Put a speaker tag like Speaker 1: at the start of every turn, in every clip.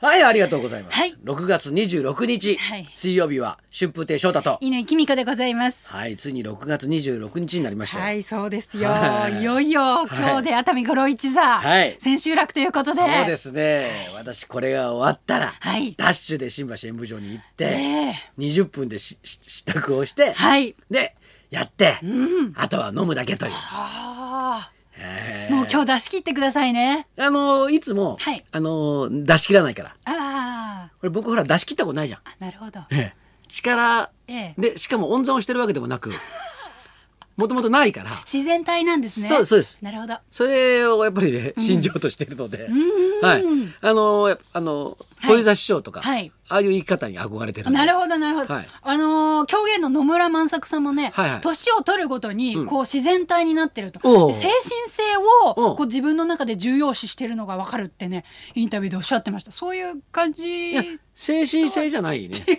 Speaker 1: はい、ありがとうございます。
Speaker 2: はい
Speaker 1: 6月26日、
Speaker 2: はい
Speaker 1: 水曜日は春風亭昇太と。
Speaker 2: 乾きみこでございます。
Speaker 1: はい、ついに6月26日になりましたよ。
Speaker 2: はい、そうですよ。
Speaker 1: はい
Speaker 2: い、よいよ今日で熱海五郎一座、
Speaker 1: はい
Speaker 2: 千秋楽ということで。
Speaker 1: そうですね。私これが終わったら、
Speaker 2: はい
Speaker 1: ダッシュで新橋演舞場に行って、
Speaker 2: え
Speaker 1: 20分でしし支度をして、
Speaker 2: はい。
Speaker 1: でやって、あとは飲むだけという。
Speaker 2: あ
Speaker 1: え
Speaker 2: あ、
Speaker 1: ー
Speaker 2: もう今日出し切ってくださいね。
Speaker 1: あのいつも、
Speaker 2: はい
Speaker 1: あの出し切らないから。
Speaker 2: あ
Speaker 1: これ僕ほら出し切ったことないじゃん
Speaker 2: ー。あ、なるほど。
Speaker 1: ええ力
Speaker 2: ええ
Speaker 1: でしかも温存をしてるわけでもな く、もともとないから。
Speaker 2: 自然体なんですね。
Speaker 1: そうそうです
Speaker 2: なるほど。
Speaker 1: それをやっぱりね信条としているので、はい、あのやっぱあの小遊三師匠とか、
Speaker 2: はい
Speaker 1: ああいう生き方に憧れてるんで
Speaker 2: なるほどなるほど、
Speaker 1: はい
Speaker 2: あのー狂言の野村万作さんもね、
Speaker 1: はいはい
Speaker 2: 年を取るごとにこう自然体になってると、
Speaker 1: おう
Speaker 2: で精神性
Speaker 1: お
Speaker 2: を
Speaker 1: う
Speaker 2: こう自分の中で重要視してるのが分かるってねインタビューでおっしゃってましたそういう感じ
Speaker 1: いや精神性じゃ ないね。
Speaker 2: 違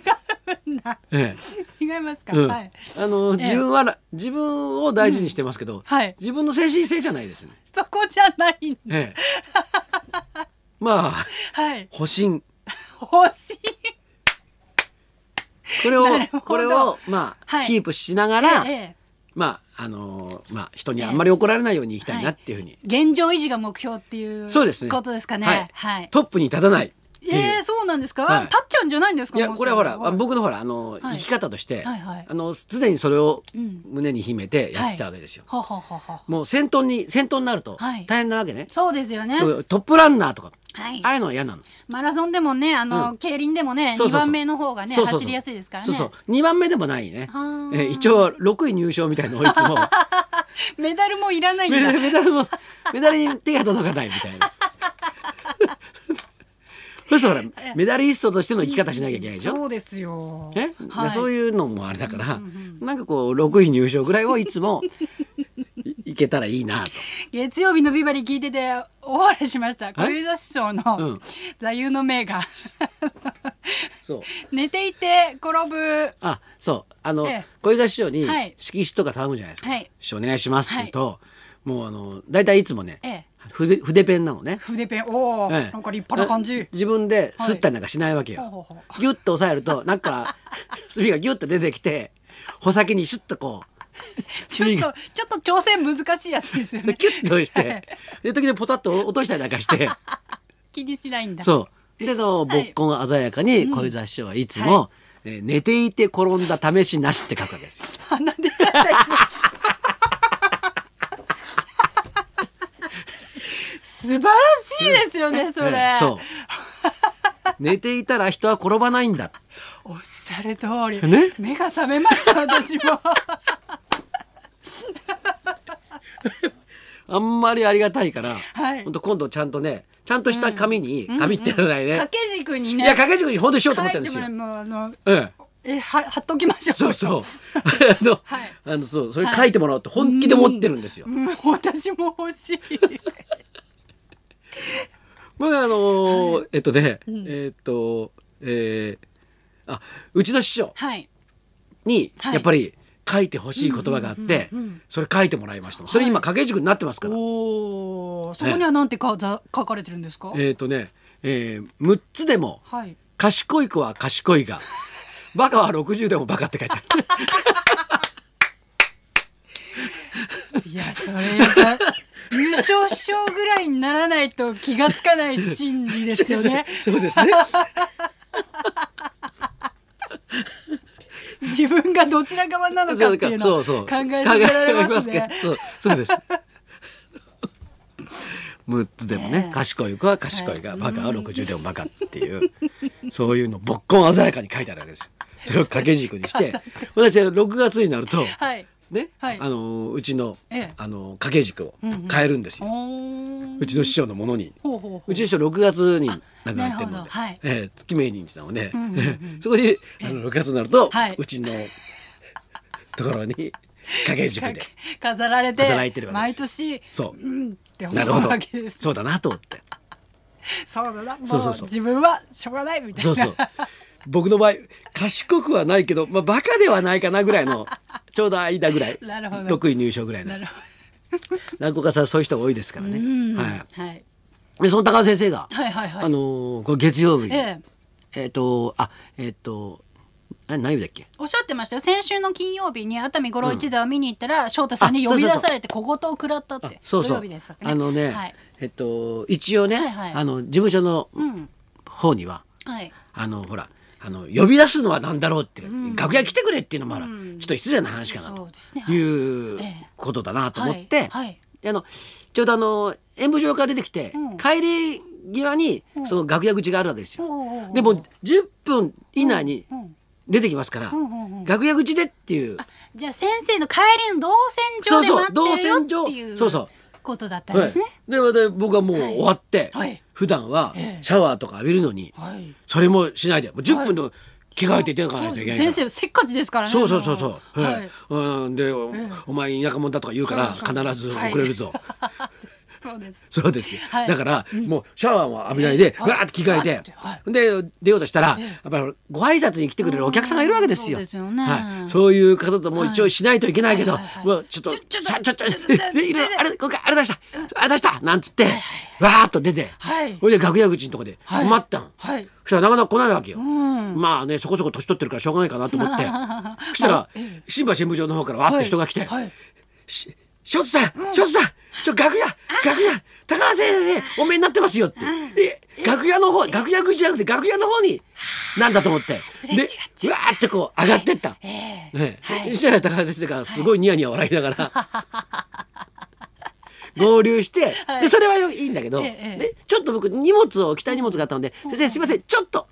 Speaker 2: うんだ
Speaker 1: え
Speaker 2: 違いますか、
Speaker 1: えうん
Speaker 2: はい
Speaker 1: あの
Speaker 2: ええ
Speaker 1: 自分はら自分を大事にしてますけど、
Speaker 2: はい
Speaker 1: 自分の精神性じゃないですね。
Speaker 2: そこじゃないんだ
Speaker 1: え えまあ
Speaker 2: はい
Speaker 1: 保身
Speaker 2: 欲しい
Speaker 1: これを
Speaker 2: なるほど
Speaker 1: これをまあ、
Speaker 2: はい
Speaker 1: キープしながら、
Speaker 2: ええ
Speaker 1: まああのまあ人にあんまり怒られないようにいきたいなっていうふうに、
Speaker 2: 現状維持が目標っていう
Speaker 1: そうですね
Speaker 2: ことですかね
Speaker 1: はい
Speaker 2: はい、
Speaker 1: トップに立たないっていう。
Speaker 2: ええそうなんですか、
Speaker 1: はい
Speaker 2: 立っちゃうんじゃないんですか
Speaker 1: いや
Speaker 2: もう
Speaker 1: これはほら
Speaker 2: そ
Speaker 1: あ僕のほらあの、
Speaker 2: はい
Speaker 1: 生き方として、
Speaker 2: はいはい
Speaker 1: あの常にそれを
Speaker 2: うん
Speaker 1: 胸に秘めてやってたわけですよ。
Speaker 2: はははは
Speaker 1: もう先頭に先頭になると
Speaker 2: はい
Speaker 1: 大変なわけね。
Speaker 2: そうですよね、
Speaker 1: もうトップランナーとか、
Speaker 2: はい
Speaker 1: ああいうのは嫌なの。
Speaker 2: マラソンでもねあの、
Speaker 1: う
Speaker 2: 競輪でもね
Speaker 1: そうそうそう
Speaker 2: 2番目の方がね
Speaker 1: そうそうそう
Speaker 2: 走りやすいですからね
Speaker 1: そうそう二番目でもないね
Speaker 2: は。ー
Speaker 1: えー一応六位入賞みたいなのをいつ も
Speaker 2: メダルもいらないん
Speaker 1: メダ
Speaker 2: だ
Speaker 1: ルメダルもメダルに手が届かないみたい な。 そうするとほらメダリストとしての生き方しなきゃいけないでしょ。
Speaker 2: そうですよ
Speaker 1: ね
Speaker 2: はい、
Speaker 1: そう
Speaker 2: う
Speaker 1: いうのもあれだから、なんかこう6位入賞ぐらいをいつもい いけたらいいなと。
Speaker 2: 月曜日のビバリー聞いてて大笑いしました小遊三師匠
Speaker 1: う
Speaker 2: の
Speaker 1: ん
Speaker 2: 座右の銘が
Speaker 1: そう
Speaker 2: 寝ていて転ぶ
Speaker 1: あそうあの、
Speaker 2: ええ
Speaker 1: 小遊三師匠に
Speaker 2: はい
Speaker 1: 色紙とか頼むじゃないですか「
Speaker 2: はい
Speaker 1: 師匠お願いします」って言うと、もうあの大体いつもね、
Speaker 2: ええ
Speaker 1: 筆筆ペンなのね。
Speaker 2: 筆ペンおお、
Speaker 1: ええ
Speaker 2: なんか立派な感じ
Speaker 1: な自分で吸ったりなんかしないわけよ、
Speaker 2: はいほうほうほ
Speaker 1: ギュッと押さえると中から 墨がギュッと出てきて穂先にシュッとこう
Speaker 2: ちょ
Speaker 1: 墨
Speaker 2: っ
Speaker 1: が
Speaker 2: とちょっと挑戦難しいやつですよ
Speaker 1: で
Speaker 2: ね
Speaker 1: キュッとし
Speaker 2: は
Speaker 1: て
Speaker 2: い
Speaker 1: で時々ポタッと落としたりなんかして。
Speaker 2: 気にしないんだ
Speaker 1: そう。で、の、
Speaker 2: はい
Speaker 1: 勃起が鮮やかに、小遊三師匠はいつも、えー寝ていて転んだ試しなしって書くわけですよ。
Speaker 2: 鼻出ちゃった 今素晴らしいですよね、 それ
Speaker 1: え、え そう。寝ていたら人は転ばないんだ。
Speaker 2: おっしゃる通り、
Speaker 1: ね
Speaker 2: 目が覚め ました私も
Speaker 1: あんまりありがたいから、
Speaker 2: はい
Speaker 1: 本当今度ちゃんとね、ちゃんとした紙に、紙ってやらないね。
Speaker 2: 掛け軸に
Speaker 1: い
Speaker 2: ね
Speaker 1: や、掛け軸に本当にしようと思って
Speaker 2: 書
Speaker 1: る
Speaker 2: い
Speaker 1: んで
Speaker 2: て
Speaker 1: す
Speaker 2: も
Speaker 1: よ
Speaker 2: ら。うもうあの
Speaker 1: うん。
Speaker 2: えは貼っときましょう
Speaker 1: そうそう。 あの、
Speaker 2: はい
Speaker 1: あの、そう、それ書いてもらおうって本気で思ってるんですよ。
Speaker 2: うん私も欲 しい
Speaker 1: まあ、あのーえっとね、えっと、えー、あ、うちの師匠。
Speaker 2: はい
Speaker 1: に
Speaker 2: はい
Speaker 1: やっぱり書いてほしい言葉があってそれ書いてもらいましたもんそれ今掛け軸になってますから、
Speaker 2: おおそこにはなんてかざ書かれてるんですか、
Speaker 1: えっ、とね、えー、6つでも
Speaker 2: はい
Speaker 1: 賢い子は賢 いがバカは60でもバカって書いてある
Speaker 2: いやそれが優勝しようぐらいにならないと気がつかない心理ですよね
Speaker 1: そうですね
Speaker 2: 自分がどちら側なのかっていうの
Speaker 1: そ
Speaker 2: を
Speaker 1: うそう
Speaker 2: 考えさせられます
Speaker 1: 考えられ
Speaker 2: ね
Speaker 1: けどそうそうです 6つでもね、
Speaker 2: ええ
Speaker 1: 賢い子は賢いがバカは60でもバカっていうそういうのぼっこん鮮やかに書いてあるわけですそれを掛け軸に して私は6月になると、
Speaker 2: はい
Speaker 1: ね、
Speaker 2: はい
Speaker 1: あのうちの、
Speaker 2: ええ
Speaker 1: あの掛け軸を変えるんです
Speaker 2: お
Speaker 1: よ、
Speaker 2: ー
Speaker 1: うちの師匠のものに。
Speaker 2: ほうほうほ
Speaker 1: うちの師匠6月に亡くなっ
Speaker 2: な
Speaker 1: てる
Speaker 2: るほど
Speaker 1: ので、
Speaker 2: はい
Speaker 1: ええ月命日さんをね、 そこにあの6月になると、
Speaker 2: はいう
Speaker 1: ちのところに掛け軸
Speaker 2: う
Speaker 1: で
Speaker 2: 飾られて
Speaker 1: 飾られてるわけで
Speaker 2: 毎
Speaker 1: す
Speaker 2: 年
Speaker 1: そう
Speaker 2: う、んって思
Speaker 1: なるほ
Speaker 2: う
Speaker 1: ど
Speaker 2: わけです
Speaker 1: そうだなと思って
Speaker 2: そうだなもう
Speaker 1: そうそうそう
Speaker 2: 自分はしょうがないみたいな
Speaker 1: そうそう僕の場合賢くはないけど、まあ、バカではないかなぐらい のちょうど間ぐらい
Speaker 2: なるほど
Speaker 1: 6位入賞ぐらいの
Speaker 2: なるほ
Speaker 1: 落語家さんはそういう人が多いですから
Speaker 2: ど、うん
Speaker 1: ね。はい
Speaker 2: はい
Speaker 1: でその高田先生が、
Speaker 2: はいはいはい
Speaker 1: あのーこれ月曜日に、
Speaker 2: ええ
Speaker 1: えっ、とあえっ、とあれ何曜日だっけ
Speaker 2: おっしゃってましたよ先週の金曜日に熱海五郎一座を見に行ったら、翔太さんに呼び出されて小言を食らったって
Speaker 1: あそう
Speaker 2: 土
Speaker 1: そ
Speaker 2: 曜
Speaker 1: う、
Speaker 2: 日でしたっけね
Speaker 1: あのね、
Speaker 2: はい、
Speaker 1: えっと一応ね、
Speaker 2: はいはい
Speaker 1: あの事務所の
Speaker 2: うん
Speaker 1: 方には、
Speaker 2: はい
Speaker 1: あのほらあの呼び出すのは何だろうって、楽屋来てくれっていうのもある、ちょっと失礼な話かな
Speaker 2: そう
Speaker 1: と
Speaker 2: ですねはい
Speaker 1: いう
Speaker 2: ええ
Speaker 1: ことだなと思って、
Speaker 2: はいはい
Speaker 1: であのちょうどあの演舞場から出てきて、
Speaker 2: うん
Speaker 1: 帰り際にその楽屋口があるわけですよ。
Speaker 2: おうおうおう
Speaker 1: でも10分以内に
Speaker 2: うんうん
Speaker 1: 出てきますから、
Speaker 2: んうんうん
Speaker 1: 楽屋口でっていう
Speaker 2: じゃあ先生の帰りの動線上で待ってるよっていう
Speaker 1: そうそう動線上そうそう
Speaker 2: ことだったんですね。
Speaker 1: はいでで僕はもう終わって、
Speaker 2: はいはい
Speaker 1: 普段は
Speaker 2: ええ
Speaker 1: シャワーとか浴びるのに、
Speaker 2: はい。
Speaker 1: それもしないでもう10分の着替えていただかないといけないから
Speaker 2: 先生せっかちですからね。
Speaker 1: そうそうそうそう、
Speaker 2: も
Speaker 1: は
Speaker 2: う
Speaker 1: い
Speaker 2: はい。
Speaker 1: うん、で、おお前田舎者だとか言うから
Speaker 2: そうそう
Speaker 1: 必ず遅れるぞ、
Speaker 2: そうです。
Speaker 1: そうですよ、
Speaker 2: はい
Speaker 1: だから、もうシャワーも浴びないで、
Speaker 2: ええ
Speaker 1: わーって着替えて、
Speaker 2: は
Speaker 1: で出ようとしたら、やっぱりご挨拶に来てくれるお客さんがいるわけですよ,、
Speaker 2: うんそうですよね
Speaker 1: はい、そういう方ともう一応しないといけないけど、
Speaker 2: はいはいはいはいう
Speaker 1: わちょっと
Speaker 2: ちょちょ
Speaker 1: さちょちょ
Speaker 2: ちょちょ
Speaker 1: でいろいろあれ今回あれ出したあれ出したなんつって、わーっと出て、
Speaker 2: はい
Speaker 1: それで楽屋口のとこで
Speaker 2: はい
Speaker 1: 待ったの、
Speaker 2: はい
Speaker 1: そしたらなかなか来ないわけよ、
Speaker 2: ん
Speaker 1: まあねそこそこ年取ってるからしょうがないかなと思ってそしたら新橋演舞場の方からわーって人が来て、
Speaker 2: はい。
Speaker 1: し、ショートさん、ショートさん、ちょ、楽屋、楽屋、高橋先生、お見えになってますよって。え、楽屋の方、楽屋口じゃなくて、楽屋の方に、なんだと思って。
Speaker 2: すれ
Speaker 1: で
Speaker 2: 違っち、
Speaker 1: うわーってこう、上がってった。
Speaker 2: ええ
Speaker 1: ね
Speaker 2: は、い
Speaker 1: そしたら高橋先生がすごいニヤニヤ笑いながら、 合流して、
Speaker 2: はい
Speaker 1: で、それはいいんだけど、
Speaker 2: ええええ
Speaker 1: で、ちょっと僕、荷物を、着たい荷物があったので、先生、すいません、ちょっと、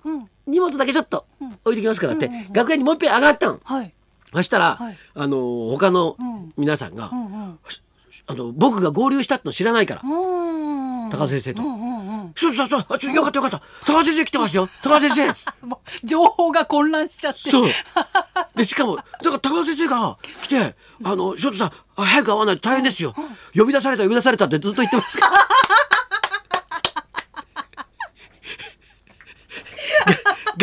Speaker 1: 荷物だけちょっと、置いてきますからって、楽屋にもう一遍上がったの。
Speaker 2: はい。
Speaker 1: そしたら、
Speaker 2: はい
Speaker 1: あのー他の皆さんが、
Speaker 2: うんうん。
Speaker 1: あの僕が合流したっての知らないから、
Speaker 2: うん。
Speaker 1: 高橋先生と
Speaker 2: うんうんうん。
Speaker 1: そうそうそうあちょよかったよかった高橋先生来てましたよ高橋先生
Speaker 2: もう情報が混乱しちゃっ て。
Speaker 1: そうでしかもだから高橋先生が来て「あの翔太さんあ早く会わないと大変ですよ呼び出された呼び出された」ってずっと言ってますからがが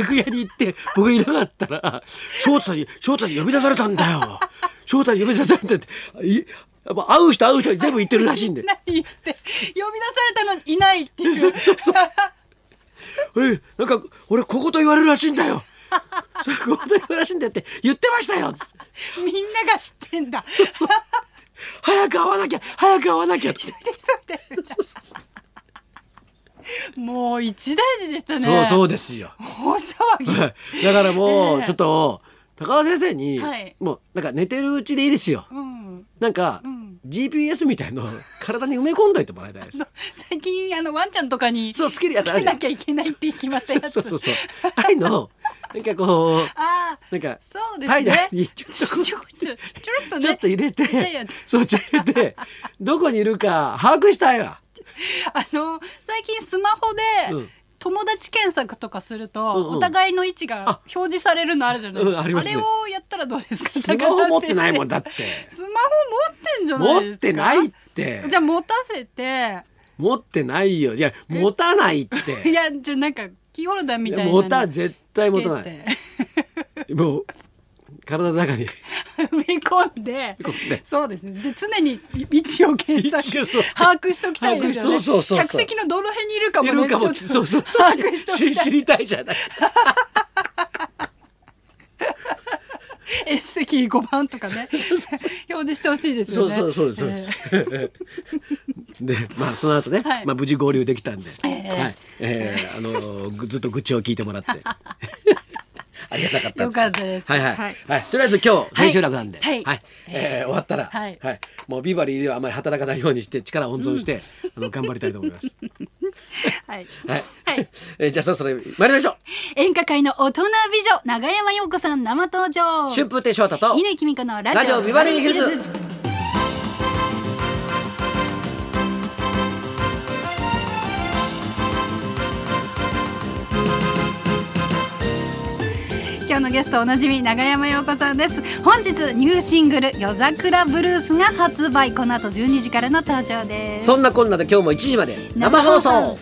Speaker 1: 楽屋に行って僕いなかったら翔太さんに「翔太さん呼び出されたんだよ翔太に呼び出された」っていやっぱ会う人会う人に全部言ってるらしいんで
Speaker 2: 何言って呼び出されたのにいないっていう。そうそうそう。
Speaker 1: 俺なんか俺ここと言われるらしいんだ よそれここと言われるらしいんだよって言ってましたよ つって
Speaker 2: みんなが知ってんだ。
Speaker 1: そう早く会わなきゃ早く会わなきゃって
Speaker 2: 急いで急いでもう一大事でしたね。
Speaker 1: そうそうです よ
Speaker 2: 大騒ぎ。
Speaker 1: だからもうちょっと高田先生に、
Speaker 2: はい
Speaker 1: もうなんか寝てるうちでいいですよ
Speaker 2: うん。
Speaker 1: なんか、GPS みたいのを体に埋め込んどいてもらいたい です
Speaker 2: 最近あのワンちゃんとかに
Speaker 1: そうつけるやつ
Speaker 2: つ
Speaker 1: ある
Speaker 2: け
Speaker 1: じゃ
Speaker 2: なんきゃいけないって決まったやつ。
Speaker 1: そうそうそうああいうのなんかこう
Speaker 2: ああ、
Speaker 1: なんか
Speaker 2: そうですね。
Speaker 1: 怠惰にちょっとこう
Speaker 2: ちょこちょちょろっとね。
Speaker 1: ちょっと入れて
Speaker 2: ちっちゃいやつ
Speaker 1: そうちっちゃい入れてどこにいるか把握したいわ。
Speaker 2: あの最近スマホで、
Speaker 1: うん
Speaker 2: 友達検索とかすると、
Speaker 1: うんうん
Speaker 2: お互いの位置が表示されるのあるじゃないですか。
Speaker 1: うんありますね
Speaker 2: れをやったらどうですか。
Speaker 1: スマホ持ってないもんだ
Speaker 2: っ
Speaker 1: って。
Speaker 2: て。スマホ持ってんじゃない
Speaker 1: 持
Speaker 2: で
Speaker 1: っ
Speaker 2: すか。
Speaker 1: てないって。
Speaker 2: じゃあ持たせて、
Speaker 1: 持ってないよ。いや、持たないっ
Speaker 2: い
Speaker 1: て。
Speaker 2: やじゃあなんかキーホルダーみたいなの
Speaker 1: 持た、絶対持たな
Speaker 2: つ
Speaker 1: い。
Speaker 2: け
Speaker 1: もう、体の中に。
Speaker 2: て埋め込んで
Speaker 1: 込んで
Speaker 2: そうですねで常に位置を検
Speaker 1: 位置を
Speaker 2: 索
Speaker 1: そう
Speaker 2: 把握しときたいですよね
Speaker 1: 把握しそうそうそうそう
Speaker 2: 客席のどの辺にいるかも,、
Speaker 1: い
Speaker 2: ね、
Speaker 1: るかも。
Speaker 2: ちょっと
Speaker 1: そうそうそう。
Speaker 2: 把握しときた
Speaker 1: 知
Speaker 2: い
Speaker 1: 知りたいじゃない。
Speaker 2: S 席5番とかね表示してほしいです
Speaker 1: そ
Speaker 2: よ
Speaker 1: う
Speaker 2: ね。
Speaker 1: そうそうですそうです。 で、まあその後ね、
Speaker 2: はい
Speaker 1: まあ無事合流できたんで、
Speaker 2: ええ
Speaker 1: はい、ええあのぐずっと愚痴を聞いても らって。ありがたかったです。
Speaker 2: よかったです
Speaker 1: はいはい、
Speaker 2: は
Speaker 1: はいい、とりあえず今日千秋楽なんで、
Speaker 2: は
Speaker 1: はいい、ええ終わったら、
Speaker 2: はい
Speaker 1: はい、もうビバリーではあまり働かないようにして力を温存して、あの頑張りたいと思い ます。
Speaker 2: はい。
Speaker 1: はい、
Speaker 2: はい、
Speaker 1: えーじゃあそろそろ参りましょ
Speaker 2: 演歌界の大人美女長山洋子さん生登場
Speaker 1: う。春風亭昇太と
Speaker 2: 乾きみ子のラジオ
Speaker 1: ラジオビバリーヒルズ
Speaker 2: 今日のゲストおなじみ長山洋子さんです本日ニューシングル夜桜ブルースが発売この後12時からの登場です
Speaker 1: そんなこんなで今日も1時まで生放送